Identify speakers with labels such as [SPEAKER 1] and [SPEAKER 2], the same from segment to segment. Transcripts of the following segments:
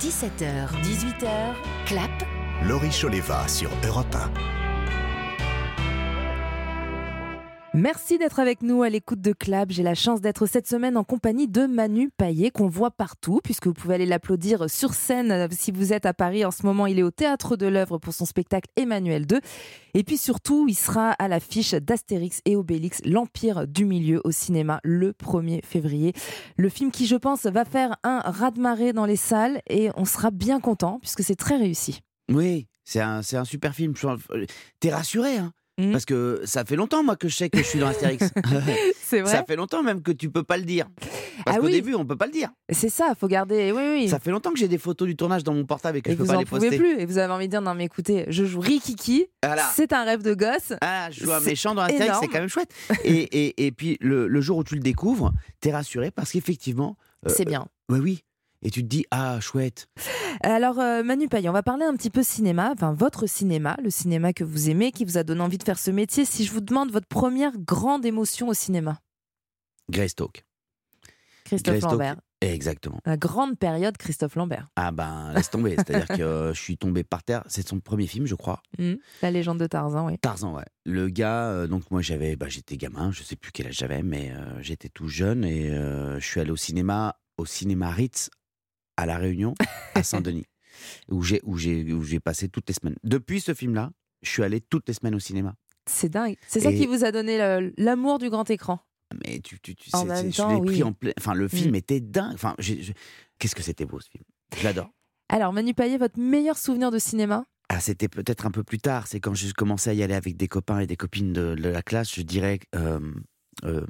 [SPEAKER 1] 17h, 18h, clap
[SPEAKER 2] Laurie Choleva sur Europe 1.
[SPEAKER 3] Merci d'être avec nous à l'écoute de Clap. J'ai la chance d'être cette semaine en compagnie de Manu Paillet, qu'on voit partout, puisque vous pouvez aller l'applaudir sur scène euh, si vous êtes à Paris en ce moment. Il est au Théâtre de l'œuvre pour son spectacle Emmanuel 2. Et puis surtout, il sera à l'affiche d'Astérix et Obélix, l'Empire du Milieu, au cinéma le 1er février. Le film qui, je pense, va faire un raz-de-marée dans les salles et on sera bien content, puisque c'est très réussi.
[SPEAKER 4] Oui, c'est un, c'est un super film. Je- euh, T'es rassuré, hein
[SPEAKER 3] Mhm.
[SPEAKER 4] Parce que ça fait longtemps, moi, que je sais que je suis dans Astérix.
[SPEAKER 3] C'est
[SPEAKER 4] ça fait longtemps même que tu peux pas le dire. Parce
[SPEAKER 3] Ah
[SPEAKER 4] qu'au
[SPEAKER 3] oui.
[SPEAKER 4] début, on peut pas le dire.
[SPEAKER 3] C'est ça, faut garder. Oui, oui.
[SPEAKER 4] Ça fait longtemps que j'ai des photos du tournage dans mon portable et que
[SPEAKER 3] et
[SPEAKER 4] je peux
[SPEAKER 3] vous
[SPEAKER 4] pas
[SPEAKER 3] en
[SPEAKER 4] les
[SPEAKER 3] pouvez
[SPEAKER 4] poster.
[SPEAKER 3] plus. Et vous avez envie de dire non, mais écoutez, je joue Rikiki.
[SPEAKER 4] Voilà.
[SPEAKER 3] C'est un rêve de gosse.
[SPEAKER 4] Ah, je joue un
[SPEAKER 3] C'est
[SPEAKER 4] méchant dans Astérix,
[SPEAKER 3] énorme.
[SPEAKER 4] c'est quand même chouette. Et, et, et puis, le, le jour où tu le découvres, t'es rassuré parce qu'effectivement, Euh,
[SPEAKER 3] C'est bien.
[SPEAKER 4] bah oui. Et tu te dis, ah, chouette.
[SPEAKER 3] Alors, euh, Manu Paye, on va parler un petit peu cinéma, enfin votre cinéma, le cinéma que vous aimez, qui vous a donné envie de faire ce métier. Si je vous demande votre première grande émotion au cinéma,
[SPEAKER 4] Greystoke.
[SPEAKER 3] Christophe
[SPEAKER 4] Greystoke.
[SPEAKER 3] Lambert.
[SPEAKER 4] Exactement.
[SPEAKER 3] La grande période Christophe Lambert.
[SPEAKER 4] Ah ben, laisse tomber. C'est-à-dire que euh, je suis tombé par terre. C'est son premier film, je crois.
[SPEAKER 3] Hmm, La légende de Tarzan, oui.
[SPEAKER 4] Tarzan, ouais. Le gars, euh, donc moi j'avais, bah, j'étais gamin, je sais plus quel âge j'avais, mais euh, j'étais tout jeune et euh, je suis allé au cinéma, au cinéma Ritz à La Réunion, à Saint-Denis, où j'ai où j'ai où j'ai passé toutes les semaines. Depuis ce film-là, je suis allé toutes les semaines au cinéma.
[SPEAKER 3] C'est dingue. C'est ça
[SPEAKER 4] Et-
[SPEAKER 3] qui vous a donné le- l'amour du grand écran.
[SPEAKER 4] Mais tu tu tu,
[SPEAKER 3] En
[SPEAKER 4] c'est-
[SPEAKER 3] même
[SPEAKER 4] c'est-
[SPEAKER 3] temps,
[SPEAKER 4] je l'ai
[SPEAKER 3] oui. Mm.
[SPEAKER 4] pris en plein. Enfin, le film était dingue. Enfin, j'ai- je- qu'est-ce que c'était beau ce film. Je l'adore.
[SPEAKER 3] Alors, Manu Paillet, votre meilleur souvenir de cinéma
[SPEAKER 4] Ah, c'était peut-être un peu plus tard. C'est quand j'ai commencé à y aller avec des copains et des copines de, de la classe. Je dirais euh, euh,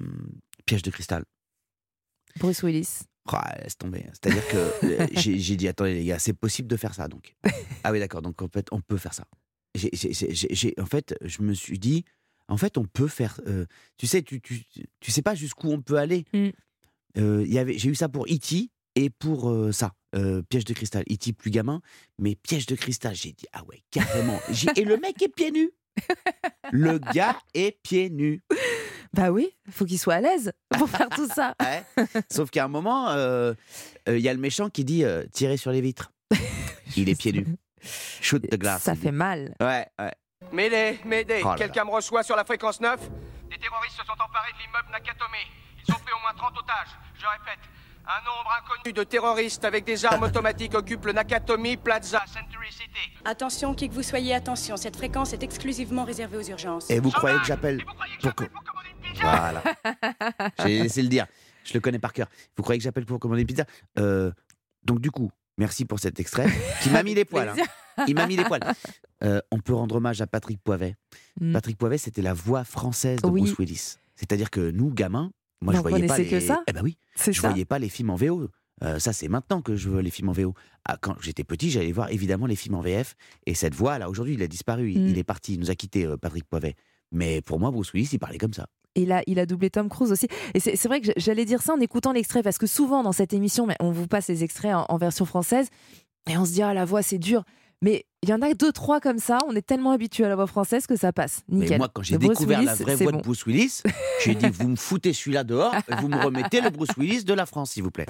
[SPEAKER 4] Piège de cristal.
[SPEAKER 3] Bruce Willis.
[SPEAKER 4] Ah, laisse tomber. C'est-à-dire que euh, j'ai j'ai dit, attendez les gars, c'est possible de faire ça donc. Ah oui, d'accord, donc en fait, on peut faire ça. J'ai- j'ai- j'ai- j'ai- j'ai- en fait, je me suis dit, en fait, on peut faire. euh, tu sais, tu, tu, tu sais pas jusqu'où on peut aller.
[SPEAKER 3] Mm.
[SPEAKER 4] Euh, il y avait J'ai eu ça pour E.T. et pour euh, ça, euh, Piège de cristal. E.T. plus gamin, mais Piège de cristal, j'ai dit, ah ouais, carrément. J'ai- et le mec est pieds nus. Le gars est pieds nus.
[SPEAKER 3] Bah oui, faut qu'il soit à l'aise pour faire tout ça.
[SPEAKER 4] Ouais. Sauf qu'à un moment, euh, euh, il y a le méchant qui dit euh, tirer sur les vitres. Il est pieds nus. Shoot de glace.
[SPEAKER 3] Ça fait mal.
[SPEAKER 4] Ouais, ouais.
[SPEAKER 5] Mêlée, m'aider.
[SPEAKER 4] Oh là là.
[SPEAKER 5] Quelqu'un me reçoit sur la fréquence 9 Des terroristes se sont emparés de l'immeuble Nakatome. Ils ont pris au moins 30 otages. Je répète, un nombre inconnu de terroristes avec des armes automatiques occupe le Nakatomi Plaza Century City.
[SPEAKER 6] Attention, qui que vous soyez, attention, cette fréquence est exclusivement réservée aux urgences.
[SPEAKER 4] Et vous
[SPEAKER 5] Sauvage
[SPEAKER 4] croyez que j'appelle
[SPEAKER 5] Et vous croyez que
[SPEAKER 4] pour que-
[SPEAKER 5] j'appelle pour commander une pizza
[SPEAKER 4] Voilà. J'ai laissé le dire. Je le connais par cœur. Vous croyez que j'appelle pour commander une pizza Euh, Donc, du coup, merci pour cet extrait qui m'a mis les poils. hein. Il m'a mis les poils. Euh, on peut rendre hommage à Patrick Poivet.
[SPEAKER 3] Mm.
[SPEAKER 4] Patrick Poivet, c'était la voix française de
[SPEAKER 3] Oui.
[SPEAKER 4] Bruce Willis. C'est-à-dire que nous, gamins, moi,
[SPEAKER 3] On
[SPEAKER 4] je voyais pas
[SPEAKER 3] connaissait
[SPEAKER 4] les...
[SPEAKER 3] que ça.
[SPEAKER 4] Eh ben oui.
[SPEAKER 3] C'est
[SPEAKER 4] je
[SPEAKER 3] ça.
[SPEAKER 4] voyais pas les films en VO. Euh, ça, c'est maintenant que je vois les films en VO. Ah, quand j'étais petit, j'allais voir évidemment les films en VF. Et cette voix, là, aujourd'hui, il a disparu. Il,
[SPEAKER 3] Mm.
[SPEAKER 4] il est parti. Il nous a quitté, Patrick Poivet. Mais pour moi, Bruce Willis, il parlait comme ça.
[SPEAKER 3] Et là, il a doublé Tom Cruise aussi. Et c'est c'est vrai que j'allais dire ça en écoutant l'extrait, parce que souvent dans cette émission, mais on vous passe les extraits en, en version française, et on se dit, ah, la voix, c'est dur. Mais il y en a deux, trois comme ça, on est tellement habitué à la voix française que ça passe. Nickel.
[SPEAKER 4] Mais moi, quand j'ai
[SPEAKER 3] Le Bruce
[SPEAKER 4] découvert la
[SPEAKER 3] Willis,
[SPEAKER 4] vraie
[SPEAKER 3] c'est
[SPEAKER 4] voix
[SPEAKER 3] bon.
[SPEAKER 4] de Bruce Willis, j'ai dit Vous me foutez celui-là dehors, et vous me remettez le Bruce Willis de la France, s'il vous plaît.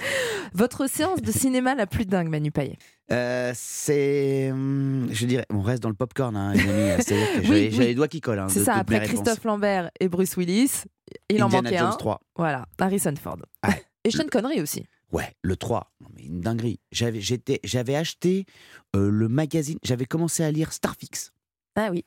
[SPEAKER 3] Votre séance de cinéma la plus dingue, Manu Payet.
[SPEAKER 4] Euh, c'est. hum, Je dirais, on reste dans le popcorn, hein, les amis. C'est-à-dire que
[SPEAKER 3] Oui,
[SPEAKER 4] j'ai
[SPEAKER 3] oui.
[SPEAKER 4] j'ai les doigts qui collent. hein,
[SPEAKER 3] C'est
[SPEAKER 4] de
[SPEAKER 3] ça,
[SPEAKER 4] toutes mes
[SPEAKER 3] après
[SPEAKER 4] réponses.
[SPEAKER 3] Christophe Lambert et Bruce Willis, il en
[SPEAKER 4] Indiana
[SPEAKER 3] manquait
[SPEAKER 4] Jones Ah.
[SPEAKER 3] un.
[SPEAKER 4] 3.
[SPEAKER 3] Voilà, Harrison Ford.
[SPEAKER 4] Ouais.
[SPEAKER 3] Et Sean Connery aussi.
[SPEAKER 4] Ouais, le 3, non mais une dinguerie. J'avais, j'étais, j'avais acheté euh, le magazine, j'avais commencé à lire Starfix.
[SPEAKER 3] Ah oui.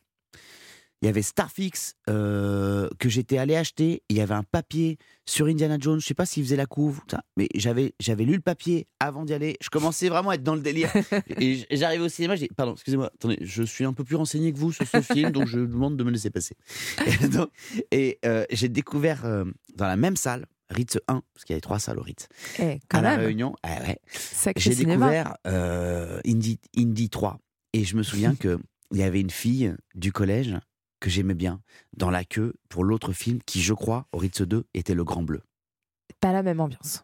[SPEAKER 4] Il y avait Starfix euh, que j'étais allé acheter, il y avait un papier sur Indiana Jones, je sais pas s'il faisait la couve, ça, mais j'avais, j'avais lu le papier avant d'y aller, je commençais vraiment à être dans le délire. Et j- j'arrivais au cinéma, j'ai dit, pardon, excusez-moi, attendez, je suis un peu plus renseigné que vous sur ce film, donc je vous demande de me laisser passer. Et, donc- et, euh, j'ai découvert euh, dans la même salle, Ritz 1, parce qu'il y avait trois salles au Ritz,
[SPEAKER 3] Eh, quand
[SPEAKER 4] à La
[SPEAKER 3] même,
[SPEAKER 4] Réunion, ah ouais,
[SPEAKER 3] sacré
[SPEAKER 4] j'ai
[SPEAKER 3] cinéma.
[SPEAKER 4] découvert euh, Indie, Indie 3 et je me souviens que il y avait une fille du collège que j'aimais bien dans la queue pour l'autre film qui, je crois, au Ritz 2 était Le Grand Bleu.
[SPEAKER 3] Pas la même ambiance.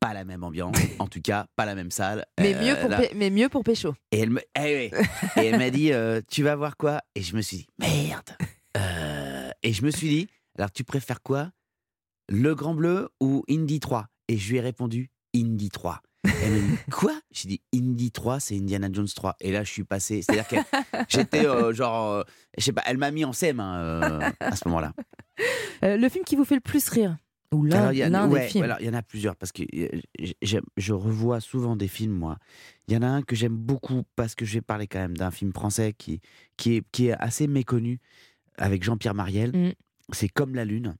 [SPEAKER 4] Pas la même ambiance, en tout cas, pas la même salle.
[SPEAKER 3] Mais,
[SPEAKER 4] Euh,
[SPEAKER 3] mieux, pour
[SPEAKER 4] là.
[SPEAKER 3] Pé- mais mieux pour Pécho.
[SPEAKER 4] Et elle me, eh oui. et elle m'a dit, euh, tu vas voir quoi Et je me suis dit, merde. Euh, et je me suis dit, alors tu préfères quoi Le Grand Bleu ou Indie 3 Et je lui ai répondu, Indie 3. Elle m'a dit Quoi J'ai dit Indy 3, c'est Indiana Jones 3. Et là, je suis passé. C'est-à-dire que j'étais euh, genre. euh, je sais pas, elle m'a mis en scène hein, à ce moment-là.
[SPEAKER 3] Euh, le film qui vous fait le plus rire Ou l'un
[SPEAKER 4] Alors, il y en a-
[SPEAKER 3] l'un
[SPEAKER 4] ouais,
[SPEAKER 3] des films
[SPEAKER 4] alors, il y en a plusieurs parce que euh, j- j'aime- je revois souvent des films, moi. Il y en a un que j'aime beaucoup parce que je vais parler quand même d'un film français qui, qui, est, qui est assez méconnu avec Jean-Pierre Mariel.
[SPEAKER 3] Mm.
[SPEAKER 4] C'est Comme la Lune,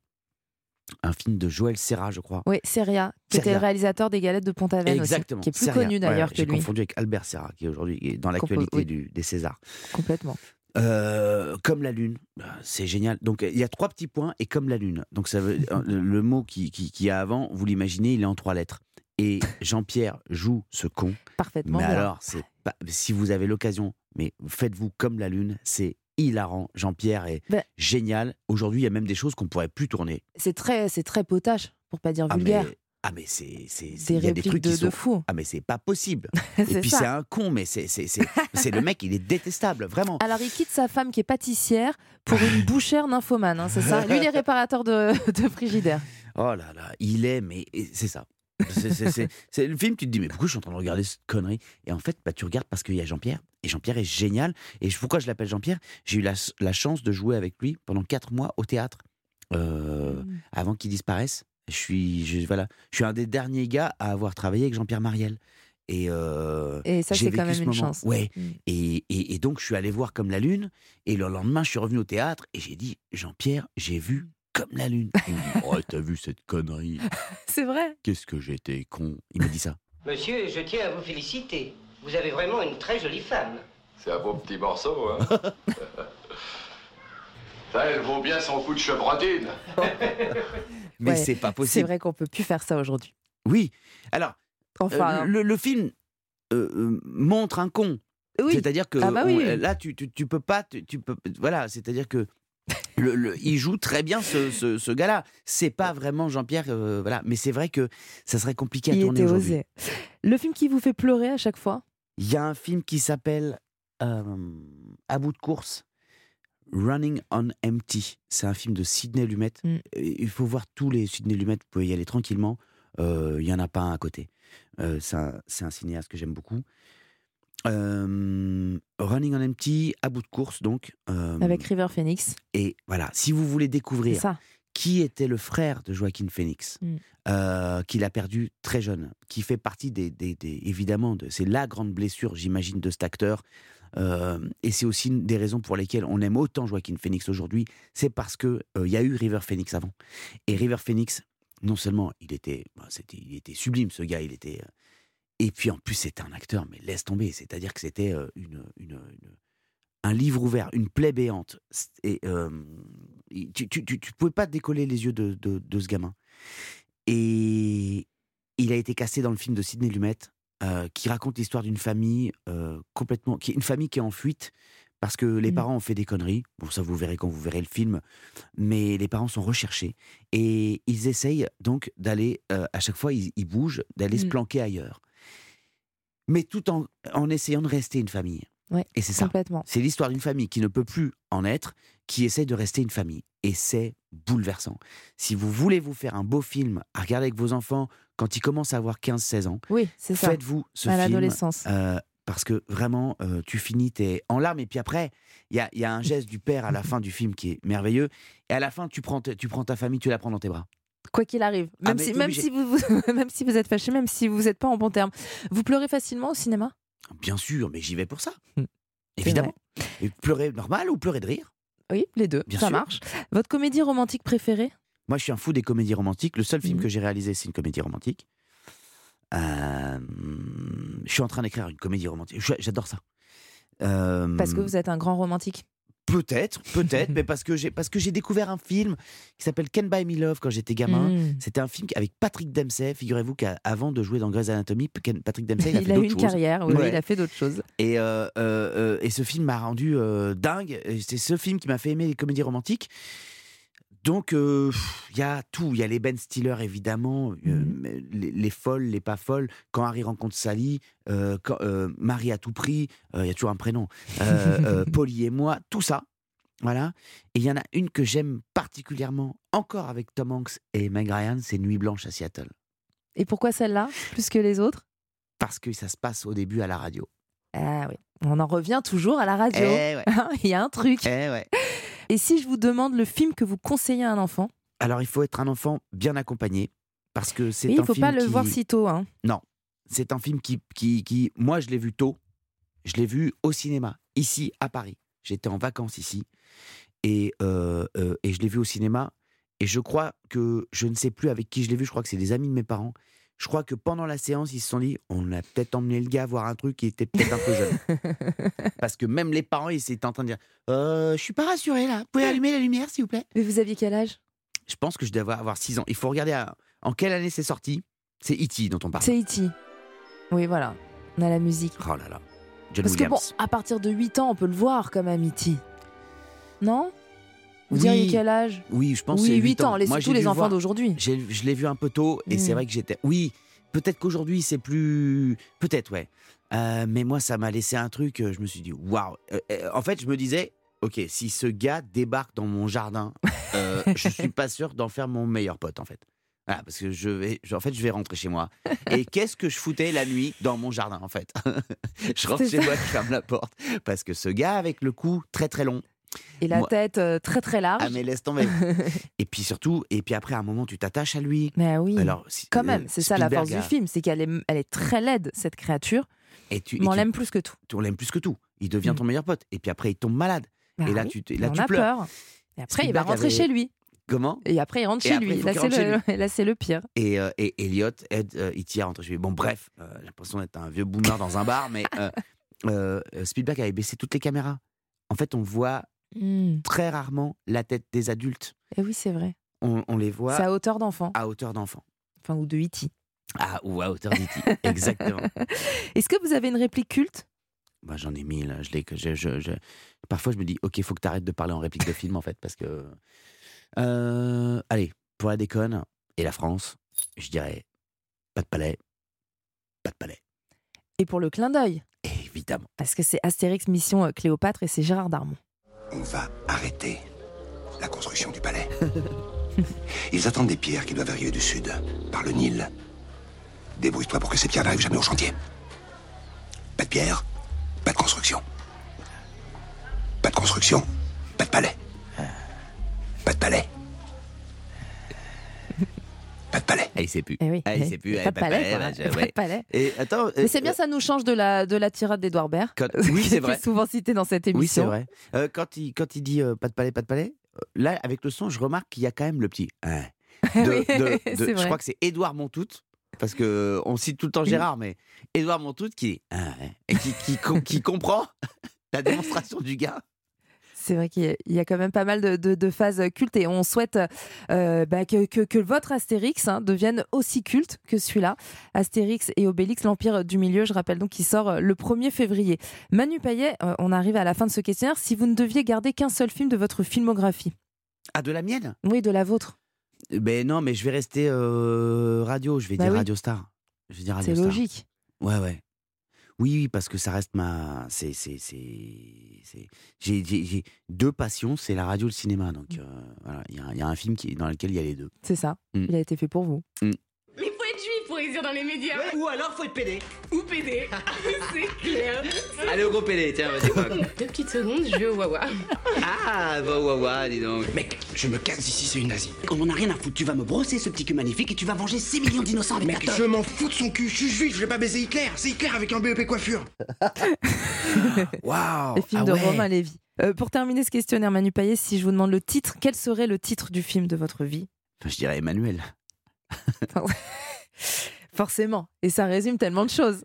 [SPEAKER 4] un film de Joël Serra, je crois.
[SPEAKER 3] Oui, Seria, qui était
[SPEAKER 4] Seria.
[SPEAKER 3] le réalisateur des galettes de Pont-Aven aussi,
[SPEAKER 4] Exactement.
[SPEAKER 3] qui est plus
[SPEAKER 4] Serra.
[SPEAKER 3] connu d'ailleurs
[SPEAKER 4] Ouais,
[SPEAKER 3] que
[SPEAKER 4] J'ai
[SPEAKER 3] lui,
[SPEAKER 4] confondu avec Albert Serra, qui est aujourd'hui est dans
[SPEAKER 3] Compo-
[SPEAKER 4] l'actualité
[SPEAKER 3] oui.
[SPEAKER 4] du- des Césars.
[SPEAKER 3] complètement.
[SPEAKER 4] Euh, comme la lune, Euh, c'est génial. Donc il y a trois petits points et comme la lune. Donc ça veut euh, le le mot qui qui, qui y a avant, vous l'imaginez, il est en trois lettres. Et Jean-Pierre joue ce con.
[SPEAKER 3] Parfaitement.
[SPEAKER 4] Mais
[SPEAKER 3] bien.
[SPEAKER 4] alors, c'est pas, si vous avez l'occasion, mais faites-vous comme la lune, c'est hilarant. Jean-Pierre est
[SPEAKER 3] Ben-
[SPEAKER 4] génial. Aujourd'hui, il y a même des choses qu'on pourrait plus tourner.
[SPEAKER 3] C'est très, c'est très potache, pour pas dire
[SPEAKER 4] Ah mais,
[SPEAKER 3] vulgaire.
[SPEAKER 4] ah mais c'est c'est
[SPEAKER 3] Des
[SPEAKER 4] c'est- il y a des
[SPEAKER 3] répliques
[SPEAKER 4] trucs
[SPEAKER 3] de,
[SPEAKER 4] qui sont
[SPEAKER 3] de fou.
[SPEAKER 4] ah mais c'est pas possible. Et
[SPEAKER 3] c'est
[SPEAKER 4] puis c'est
[SPEAKER 3] ça.
[SPEAKER 4] un con, mais c'est c'est c'est c'est le mec, il est détestable, vraiment.
[SPEAKER 3] Alors, il quitte sa femme qui est pâtissière pour une bouchère nymphomane, hein, c'est ça Lui, il est réparateur de, de frigidaire.
[SPEAKER 4] Oh là là, il est, mais et c'est ça. C'est- c'est- C'est c'est le film, tu te dis, mais pourquoi je suis en train de regarder cette connerie Et en fait, bah, tu regardes parce qu'il y a Jean-Pierre, et Jean-Pierre est génial. Et je- pourquoi je l'appelle Jean-Pierre J'ai eu la, la chance de jouer avec lui pendant quatre mois au théâtre, euh, avant qu'il disparaisse. Je suis, je, voilà, je suis un des derniers gars à avoir travaillé avec Jean-Pierre Mariel. Et, euh,
[SPEAKER 3] Et ça,
[SPEAKER 4] j'ai
[SPEAKER 3] c'est quand
[SPEAKER 4] vécu
[SPEAKER 3] même
[SPEAKER 4] ce
[SPEAKER 3] une
[SPEAKER 4] moment.
[SPEAKER 3] chance.
[SPEAKER 4] Ouais.
[SPEAKER 3] Mm.
[SPEAKER 4] Et, et- et donc, je suis allé voir Comme la Lune. Et le lendemain, je suis revenu au théâtre et j'ai dit Jean-Pierre, j'ai vu Comme la Lune. Il me dit Oh, t'as vu cette connerie
[SPEAKER 3] C'est vrai.
[SPEAKER 4] Qu'est-ce que j'étais con Il m'a dit ça.
[SPEAKER 7] Monsieur, je tiens à vous féliciter. Vous avez vraiment une très jolie femme.
[SPEAKER 8] C'est un beau petit morceau, hein Ça, elle vaut bien son coup de chevrotine.
[SPEAKER 4] Mais
[SPEAKER 3] Ouais,
[SPEAKER 4] c'est pas
[SPEAKER 3] C'est
[SPEAKER 4] possible.
[SPEAKER 3] vrai qu'on peut plus faire ça aujourd'hui.
[SPEAKER 4] Oui. Alors, euh,
[SPEAKER 3] Enfin, hein.
[SPEAKER 4] le, le film euh, euh, montre un con.
[SPEAKER 3] oui.
[SPEAKER 4] C'est-à-dire que
[SPEAKER 3] Ah bah oui.
[SPEAKER 4] on- là, tu, tu, tu peux pas. Tu, tu peux, voilà, c'est-à-dire que. le- le- il joue très bien ce, ce- ce gars-là. C'est pas vraiment Jean-Pierre, euh, voilà. Mais c'est vrai que ça serait compliqué à
[SPEAKER 3] Il
[SPEAKER 4] tourner
[SPEAKER 3] était
[SPEAKER 4] aujourd'hui.
[SPEAKER 3] osé. Le film qui vous fait pleurer à chaque fois
[SPEAKER 4] Il y a un film qui s'appelle euh, À bout de course, Running on Empty. C'est un film de Sidney Lumet.
[SPEAKER 3] Mm.
[SPEAKER 4] Et Il faut voir tous les Sidney Lumet, vous pouvez y aller tranquillement. Euh, Il y n'y en a pas un à côté. Euh, c'est un, c'est un cinéaste que j'aime beaucoup. Euh, Running on Empty, à bout de course, donc. euh,
[SPEAKER 3] avec River Phoenix.
[SPEAKER 4] Et voilà, si vous voulez
[SPEAKER 3] C'est
[SPEAKER 4] découvrir
[SPEAKER 3] ça.
[SPEAKER 4] qui était le frère de Joaquin Phoenix,
[SPEAKER 3] Mm.
[SPEAKER 4] euh, qu'il a perdu très jeune, qui fait partie des, des- des- évidemment, de, c'est la grande blessure, j'imagine, de cet acteur. Euh, et c'est aussi une des raisons pour lesquelles on aime autant Joaquin Phoenix aujourd'hui, c'est parce que euh, il y a eu River Phoenix avant. Et River Phoenix, non seulement il était, bah, c'était, il était sublime, ce gars, il était, euh, et puis en plus c'était un acteur, mais laisse tomber, c'est-à-dire que c'était euh, une, une- une- un livre ouvert, une plaie béante. C'est- Et euh, il- tu, tu, tu- tu pouvais pas décoller les yeux de, de- de ce gamin. Et il a été cassé dans le film de Sidney Lumet, euh, qui raconte l'histoire d'une famille euh, complètement, qui est une famille qui est en fuite parce que les
[SPEAKER 3] Mhm.
[SPEAKER 4] parents ont fait des conneries. Bon, ça vous verrez quand vous verrez le film. Mais les parents sont recherchés et ils essayent donc d'aller euh, à chaque fois ils, ils bougent, d'aller se
[SPEAKER 3] Mhm.
[SPEAKER 4] planquer ailleurs. Mais tout en, en essayant de rester une famille.
[SPEAKER 3] Ouais,
[SPEAKER 4] et c'est ça.
[SPEAKER 3] Complètement.
[SPEAKER 4] C'est l'histoire d'une famille qui ne peut plus en être, qui essaie de rester une famille. Et c'est bouleversant. Si vous voulez vous faire un beau film à regarder avec vos enfants quand ils commencent à avoir 15-16 ans,
[SPEAKER 3] Oui, c'est ça.
[SPEAKER 4] faites-vous ce
[SPEAKER 3] À
[SPEAKER 4] film.
[SPEAKER 3] l'adolescence.
[SPEAKER 4] euh, parce que vraiment, euh, tu finis t'es en larmes. Et puis après, il y a, il y a un geste du père à la fin du film qui est merveilleux. Et à la fin, tu prends, t- tu prends ta famille, tu la prends dans tes bras.
[SPEAKER 3] Quoi qu'il arrive.
[SPEAKER 4] Ah,
[SPEAKER 3] Même,
[SPEAKER 4] mais
[SPEAKER 3] si,
[SPEAKER 4] t'es
[SPEAKER 3] même,
[SPEAKER 4] obligé.
[SPEAKER 3] si vous, vous- même si vous êtes fâché, même si vous n'êtes pas en bon terme. Vous pleurez facilement au cinéma
[SPEAKER 4] Bien sûr, mais j'y vais pour ça.
[SPEAKER 3] Hmm.
[SPEAKER 4] Évidemment. Et pleurer normal ou pleurer de rire
[SPEAKER 3] Oui, les deux.
[SPEAKER 4] Bien
[SPEAKER 3] ça
[SPEAKER 4] sûr.
[SPEAKER 3] marche. Votre comédie romantique préférée
[SPEAKER 4] Moi, je suis un fou des comédies romantiques. Le seul film
[SPEAKER 3] Mhm.
[SPEAKER 4] que j'ai réalisé, c'est une comédie romantique. Euh, je suis en train d'écrire une comédie romantique. Je- J'adore ça. Euh,
[SPEAKER 3] Parce que vous êtes un grand romantique.
[SPEAKER 4] peut-être, peut-être, mais parce que j'ai parce que j'ai découvert un film qui s'appelle Can Buy Me Love quand j'étais gamin.
[SPEAKER 3] Mmh.
[SPEAKER 4] C'était un film avec Patrick Dempsey. Figurez-vous qu'avant de jouer dans Grey's Anatomy, Ken- Patrick Dempsey il a,
[SPEAKER 3] Il
[SPEAKER 4] fait
[SPEAKER 3] a eu
[SPEAKER 4] d'autres
[SPEAKER 3] une
[SPEAKER 4] choses.
[SPEAKER 3] carrière, oui,
[SPEAKER 4] Ouais.
[SPEAKER 3] il a fait d'autres choses.
[SPEAKER 4] Et, euh, euh, euh, et ce film m'a rendu euh, dingue. Et C'est ce film qui m'a fait aimer les comédies romantiques. Donc, euh, pff, il y a tout. Il y a les Ben Stiller, évidemment, euh,
[SPEAKER 3] Mhm.
[SPEAKER 4] mais les, les folles, les pas folles. Quand Harry rencontre Sally, euh, quand, euh, Marie à tout prix, euh, il y a toujours un prénom. Euh, euh, Polly et moi, tout ça. Voilà. Et il y en a une que j'aime particulièrement, encore avec Tom Hanks et Meg Ryan, c'est Nuit Blanche à Seattle.
[SPEAKER 3] Et pourquoi celle-là, plus que les autres
[SPEAKER 4] parce que ça se passe au début à la radio.
[SPEAKER 3] Ah oui, on en revient toujours à la
[SPEAKER 4] Eh
[SPEAKER 3] radio. Hein,
[SPEAKER 4] ouais,
[SPEAKER 3] Il y a un truc.
[SPEAKER 4] eh ouais.
[SPEAKER 3] Et si je vous demande le film que vous conseillez à un enfant
[SPEAKER 4] Alors il faut être un enfant bien accompagné parce que c'est
[SPEAKER 3] Oui, Il
[SPEAKER 4] un
[SPEAKER 3] faut
[SPEAKER 4] film
[SPEAKER 3] pas le
[SPEAKER 4] qui-
[SPEAKER 3] voir si tôt. hein.
[SPEAKER 4] C'est un film qui, qui, qui moi, je l'ai vu tôt. Je l'ai vu au cinéma, ici, à Paris. J'étais en vacances ici. Et, euh, euh, et je l'ai vu au cinéma. Et je crois que, je ne sais plus avec qui je l'ai vu, je crois que c'est des amis de mes parents. Je crois que pendant la séance, ils se sont dit, on a peut-être emmené le gars voir un truc qui était peut-être un peu jeune. Parce que même les parents, ils étaient en train de dire, euh, je suis pas rassuré là, vous pouvez allumer la lumière s'il vous plaît
[SPEAKER 3] Mais vous aviez quel âge
[SPEAKER 4] Je pense que je devais avoir 6 ans. Il faut regarder à- en quelle année c'est sorti. C'est E.T. dont on parle.
[SPEAKER 3] C'est E.T. Oui, voilà. On a la musique.
[SPEAKER 4] Oh là là. John
[SPEAKER 3] Parce que
[SPEAKER 4] Williams.
[SPEAKER 3] bon, à partir de 8 ans, on peut le voir comme amitié. Non Vous
[SPEAKER 4] Oui.
[SPEAKER 3] diriez quel age
[SPEAKER 4] Oui, je pense que
[SPEAKER 3] Oui,
[SPEAKER 4] c'est
[SPEAKER 3] 8 ans,
[SPEAKER 4] Moi,
[SPEAKER 3] laissez
[SPEAKER 4] j'ai
[SPEAKER 3] tous
[SPEAKER 4] dû
[SPEAKER 3] les
[SPEAKER 4] le
[SPEAKER 3] enfants
[SPEAKER 4] voir-
[SPEAKER 3] d'aujourd'hui.
[SPEAKER 4] j'ai- Je l'ai vu un peu tôt et
[SPEAKER 3] Mm.
[SPEAKER 4] c'est vrai que j'étais. Oui, peut-être qu'aujourd'hui c'est plus. Peut-être, ouais. Euh, mais moi, ça m'a laissé un truc. euh, Je me suis dit, waouh. Euh, euh, En fait, je me disais, ok, si ce gars débarque dans mon jardin, euh, je suis pas sûr d'en faire mon meilleur pote, en fait. Voilà, parce que je vais, je- en fait, je vais rentrer chez moi. Et qu'est-ce que je foutais la nuit dans mon jardin, en fait Je rentre
[SPEAKER 3] C'est
[SPEAKER 4] chez moi, je ferme la porte, parce que ce gars avec le cou très très long,
[SPEAKER 3] Et la
[SPEAKER 4] Moi-
[SPEAKER 3] tête euh, très très large.
[SPEAKER 4] ah mais laisse tomber. et puis surtout, et puis après à un moment tu t'attaches à lui.
[SPEAKER 3] Mais oui.
[SPEAKER 4] Alors si-
[SPEAKER 3] quand
[SPEAKER 4] euh,
[SPEAKER 3] même, c'est ça la
[SPEAKER 4] Spielberg
[SPEAKER 3] force du
[SPEAKER 4] a-
[SPEAKER 3] film, c'est qu'elle est, elle est très laide, cette créature.
[SPEAKER 4] Et tu, et
[SPEAKER 3] Mais on
[SPEAKER 4] tu-
[SPEAKER 3] l'aime plus que tout.
[SPEAKER 4] on l'aime plus que tout. Il devient
[SPEAKER 3] Mm.
[SPEAKER 4] ton meilleur pote. Et puis après il tombe malade.
[SPEAKER 3] Bah
[SPEAKER 4] et là
[SPEAKER 3] oui,
[SPEAKER 4] tu te- là
[SPEAKER 3] on
[SPEAKER 4] tu
[SPEAKER 3] a
[SPEAKER 4] pleures.
[SPEAKER 3] peur. Et après, il va
[SPEAKER 4] Spielberg
[SPEAKER 3] rentrer
[SPEAKER 4] avait-
[SPEAKER 3] chez lui.
[SPEAKER 4] Comment
[SPEAKER 3] Et après, il rentre
[SPEAKER 4] Et
[SPEAKER 3] chez
[SPEAKER 4] après,
[SPEAKER 3] lui.
[SPEAKER 4] il faut
[SPEAKER 3] Là,
[SPEAKER 4] qu'il
[SPEAKER 3] c'est
[SPEAKER 4] rentre
[SPEAKER 3] le... là, c'est le pire.
[SPEAKER 4] et, euh, et Elliot aide euh, E.T. à rentrer chez lui. Bon bref, euh, j'ai l'impression d'être un vieux boomer dans un bar, mais euh, euh, euh, Spielberg avait baissé toutes les caméras. En fait, on voit
[SPEAKER 3] Hmm.
[SPEAKER 4] très rarement la tête des adultes.
[SPEAKER 3] Et oui, c'est vrai.
[SPEAKER 4] On, on les voit
[SPEAKER 3] C'est à hauteur d'enfant,
[SPEAKER 4] à hauteur d'enfant.
[SPEAKER 3] enfin, ou de E E.T.
[SPEAKER 4] Ah, ou à hauteur d'E.T. Exactement.
[SPEAKER 3] Est-ce que vous avez une réplique culte
[SPEAKER 4] Bah, j'en ai mille. Je l'ai que je, je- je- Parfois, je me dis, ok, faut que t'arrêtes de parler en réplique de film, en fait, parce que. Euh, Allez, pour la déconne et la France, je dirais pas de palais, pas de palais,
[SPEAKER 3] Et pour le clin d'œil
[SPEAKER 4] évidemment.
[SPEAKER 3] Parce que c'est Astérix Mission euh, Cléopâtre et c'est Gérard Darmon.
[SPEAKER 9] On va arrêter la construction du palais. Ils attendent des pierres qui doivent arriver du sud, par le Nil. Débrouille-toi pour que ces pierres n'arrivent jamais au chantier. Pas de pierres, pas de construction. Pas de construction, pas de palais. Pas de palais. Pas de palais.
[SPEAKER 4] Ah, il sait plus.
[SPEAKER 3] Eh oui.
[SPEAKER 4] Ah, il
[SPEAKER 3] eh.
[SPEAKER 4] sait plus. eh,
[SPEAKER 3] Pas de palais. quoi.
[SPEAKER 4] bah, je-
[SPEAKER 3] Pas de
[SPEAKER 4] ouais.
[SPEAKER 3] palais.
[SPEAKER 4] Et attends.
[SPEAKER 3] Mais
[SPEAKER 4] euh,
[SPEAKER 3] c'est bien, ça nous change de la, de la tirade d'Edouard Baird.
[SPEAKER 4] quand- Oui,
[SPEAKER 3] qui
[SPEAKER 4] c'est
[SPEAKER 3] est
[SPEAKER 4] vrai.
[SPEAKER 3] plus souvent cité dans cette émission.
[SPEAKER 4] Oui, c'est vrai. Euh, quand, il, quand il dit euh, pas de palais, pas de palais, euh, là, avec le son, je remarque qu'il y a quand même le petit. hein.
[SPEAKER 3] Oui,
[SPEAKER 4] De- de- de-
[SPEAKER 3] c'est
[SPEAKER 4] je
[SPEAKER 3] vrai.
[SPEAKER 4] crois que c'est Édouard Montout. Parce que euh, on cite tout le temps Gérard, mais Édouard Montout qui, hein, hein, et qui, qui, com- qui comprend la démonstration du gars.
[SPEAKER 3] C'est vrai qu'il y a- il y a quand même pas mal de, de- de phases cultes et on souhaite euh, bah, que, que- que votre Astérix hein, devienne aussi culte que celui-là. Astérix et Obélix, l'Empire du Milieu, je rappelle donc, qui sort euh, le 1er février. Manu Payet, euh, on arrive à la fin de ce questionnaire. Si vous ne deviez garder qu'un seul film de votre filmographie,
[SPEAKER 4] Ah, de la mienne
[SPEAKER 3] oui, de la vôtre,
[SPEAKER 4] Ben non, mais je vais rester euh, radio. Je vais
[SPEAKER 3] Bah
[SPEAKER 4] dire
[SPEAKER 3] oui.
[SPEAKER 4] Radio Star. Je vais dire Radio
[SPEAKER 3] c'est
[SPEAKER 4] Star.
[SPEAKER 3] logique.
[SPEAKER 4] Ouais, ouais. Oui, oui, parce que ça reste ma. C'est, c'est, c'est, c'est- J'ai, j'ai- j'ai deux passions, c'est la radio et le cinéma. Donc
[SPEAKER 7] Mmh.
[SPEAKER 4] euh, voilà, il y, a un- il y a un film qui, dans lequel il y a les deux.
[SPEAKER 3] C'est ça.
[SPEAKER 4] Mm.
[SPEAKER 3] Il a été fait pour vous.
[SPEAKER 10] Mais faut être juif pour réussir dans les médias.
[SPEAKER 7] Ou alors faut être pédé.
[SPEAKER 10] Ou PD. C'est clair.
[SPEAKER 7] Allez au gros pédé, tiens, vas-y, quoi.
[SPEAKER 10] Deux petites secondes, je vais au Wawa.
[SPEAKER 7] Ah, va au wawa, dis donc. Mec, je me casse d'ici, c'est une nazie. On en a rien à foutre, tu vas me brosser ce petit cul magnifique et tu vas venger 6 millions d'innocents avec ta
[SPEAKER 9] Je m'en fous de son cul, je suis juif, je vais pas baiser Hitler. C'est Hitler avec un BEP coiffure.
[SPEAKER 4] Waouh Oh,
[SPEAKER 3] Le film
[SPEAKER 4] ah
[SPEAKER 7] Ah
[SPEAKER 3] de Romain Lévy. Euh, pour terminer ce questionnaire, Manu Payet, si je vous demande le titre, quel serait le titre du film de votre vie
[SPEAKER 4] Je dirais Emmanuel.
[SPEAKER 3] Forcément. Et ça résume tellement de choses.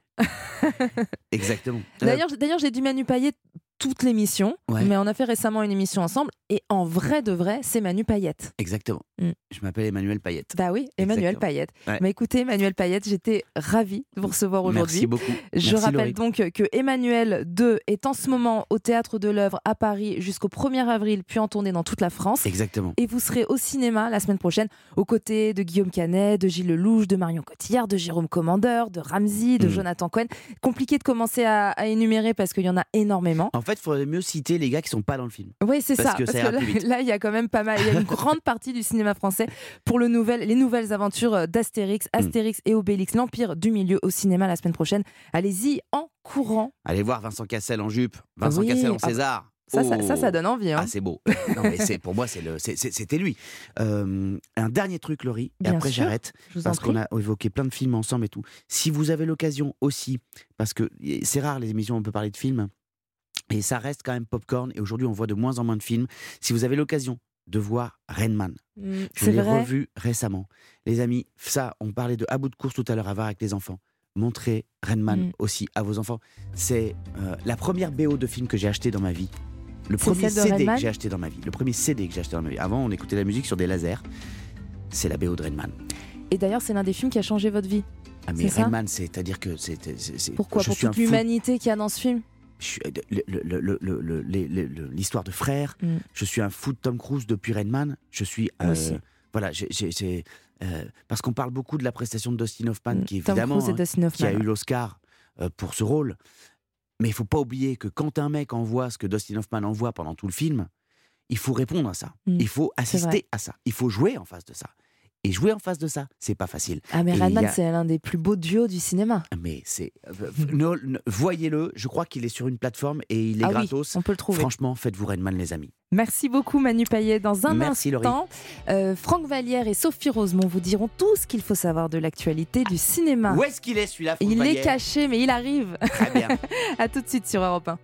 [SPEAKER 4] Exactement.
[SPEAKER 3] D'ailleurs, d'ailleurs, j'ai dit Manu Payet toute l'émission,
[SPEAKER 4] Euh, Ouais.
[SPEAKER 3] mais on a fait récemment une émission ensemble et en vrai de vrai, c'est Manu Payet.
[SPEAKER 4] Exactement.
[SPEAKER 3] Mm.
[SPEAKER 4] Je m'appelle Emmanuel Payette.
[SPEAKER 3] Bah oui, Emmanuel
[SPEAKER 4] Exactement.
[SPEAKER 3] Payet.
[SPEAKER 4] Ouais.
[SPEAKER 3] Mais écoutez, Emmanuel Payet, j'étais ravie de vous recevoir
[SPEAKER 4] Merci
[SPEAKER 3] aujourd'hui.
[SPEAKER 4] beaucoup.
[SPEAKER 3] Je
[SPEAKER 4] Merci,
[SPEAKER 3] rappelle
[SPEAKER 4] Laurie.
[SPEAKER 3] donc que Emmanuel 2 est en ce moment au Théâtre de l'œuvre à Paris jusqu'au 1er avril, puis en tournée dans toute la France.
[SPEAKER 4] Exactement.
[SPEAKER 3] Et vous serez au cinéma la semaine prochaine aux côtés de Guillaume Canet, de Gilles Lelouch, de Marion Cotillard, de Jérôme Commandeur, de Ramsey, de
[SPEAKER 4] Mm.
[SPEAKER 3] Jonathan Cohen. Compliqué de commencer à, à énumérer parce qu'il y en a énormément.
[SPEAKER 4] En fait, il faudrait mieux citer les gars qui sont pas dans le film.
[SPEAKER 3] Oui, c'est
[SPEAKER 4] Parce
[SPEAKER 3] ça.
[SPEAKER 4] que ça
[SPEAKER 3] parce
[SPEAKER 4] ira
[SPEAKER 3] que là,
[SPEAKER 4] plus vite.
[SPEAKER 3] là, il y a quand même pas mal. Il y a une grande partie du cinéma français pour le nouvel, les nouvelles aventures euh, d'Astérix,
[SPEAKER 4] Hmm.
[SPEAKER 3] Astérix et Obélix, l'Empire du Milieu au cinéma la semaine prochaine. Allez-y en courant.
[SPEAKER 4] Allez voir Vincent Cassel en jupe, Vincent
[SPEAKER 3] Oui,
[SPEAKER 4] Cassel en
[SPEAKER 3] ah,
[SPEAKER 4] César.
[SPEAKER 3] Ça, ça,
[SPEAKER 4] Oh.
[SPEAKER 3] ça, ça donne envie. hein.
[SPEAKER 4] Ah, c'est beau. Non, mais c'est- pour moi, c'est le- c'est- c'est- c'était lui. Euh, un dernier truc, Laurie, et
[SPEAKER 3] Bien
[SPEAKER 4] après
[SPEAKER 3] sûr,
[SPEAKER 4] j'arrête,
[SPEAKER 3] Je vous en
[SPEAKER 4] parce
[SPEAKER 3] prie.
[SPEAKER 4] qu'on a évoqué plein de films ensemble et tout. Si vous avez l'occasion aussi, parce que y- c'est rare les émissions où on peut parler de films, et ça reste quand même popcorn, et aujourd'hui on voit de moins en moins de films. Si vous avez l'occasion de voir Rainman,
[SPEAKER 3] Mm,
[SPEAKER 4] je
[SPEAKER 3] C'est
[SPEAKER 4] l'ai
[SPEAKER 3] vrai.
[SPEAKER 4] revu récemment. Les amis, ça, on parlait de à bout de course tout à l'heure à voir avec les enfants. Montrez Renman
[SPEAKER 3] Mm.
[SPEAKER 4] aussi à vos enfants. C'est euh, la première BO de film que j'ai acheté dans ma vie. Le
[SPEAKER 3] C'est
[SPEAKER 4] premier
[SPEAKER 3] celle de
[SPEAKER 4] CD
[SPEAKER 3] Redman
[SPEAKER 4] que j'ai acheté dans ma vie. Le premier CD que j'ai acheté dans ma vie. Avant, on écoutait la musique sur des lasers. C'est la BO de Renman.
[SPEAKER 3] Et d'ailleurs, c'est l'un des films qui a changé votre vie.
[SPEAKER 4] Ah mais
[SPEAKER 3] C'est ça
[SPEAKER 4] Redman, c'est-à-dire que c'est c'est- c'est-
[SPEAKER 3] Pourquoi
[SPEAKER 4] je
[SPEAKER 3] Pour
[SPEAKER 4] suis un
[SPEAKER 3] toute
[SPEAKER 4] fou.
[SPEAKER 3] l'humanité qu'il y a dans ce film.
[SPEAKER 4] Je suis- euh, le- le- le- le- le- les- les- le- L'histoire de frères.
[SPEAKER 3] Mm.
[SPEAKER 4] Je suis un fou de Tom Cruise depuis Redman. Je suis.
[SPEAKER 3] Moi
[SPEAKER 4] euh,
[SPEAKER 3] aussi.
[SPEAKER 4] Voilà, j'ai- j'ai- j'ai, euh, parce qu'on parle beaucoup de la prestation de Dustin Hoffman,
[SPEAKER 3] Mm,
[SPEAKER 4] qui
[SPEAKER 3] Tom
[SPEAKER 4] évidemment
[SPEAKER 3] Cruise et
[SPEAKER 4] hein,
[SPEAKER 3] Dustin
[SPEAKER 4] qui a
[SPEAKER 3] Hoffman.
[SPEAKER 4] eu l'Oscar euh, pour ce rôle. Mais il faut pas oublier que quand un mec envoie ce que Dustin Hoffman envoie pendant tout le film, il faut répondre à ça.
[SPEAKER 3] Mm,
[SPEAKER 4] Il faut
[SPEAKER 3] c'est vrai.
[SPEAKER 4] assister à ça. Il faut jouer en face de ça. Et jouer en face de ça, c'est pas facile.
[SPEAKER 3] Ah mais
[SPEAKER 4] Et il y
[SPEAKER 3] Redman,
[SPEAKER 4] a-
[SPEAKER 3] c'est l'un des plus beaux duos du cinéma.
[SPEAKER 4] Mais c'est euh, no- no- voyez-le. Je crois qu'il est sur une plateforme et il est
[SPEAKER 3] ah
[SPEAKER 4] gratos.
[SPEAKER 3] oui, on peut le trouver.
[SPEAKER 4] Franchement, faites-vous Redman, les amis.
[SPEAKER 3] Merci beaucoup Manu Payet. Dans un
[SPEAKER 4] Merci, Laurie.
[SPEAKER 3] instant, euh, Franck Vallière et Sophie Rosemont vous diront tout ce qu'il faut savoir de l'actualité du cinéma.
[SPEAKER 4] Où est-ce qu'il est celui-là Franck
[SPEAKER 3] Il est
[SPEAKER 4] Vallière
[SPEAKER 3] caché, mais il arrive.
[SPEAKER 4] Très bien.
[SPEAKER 3] À tout de suite sur Europe 1.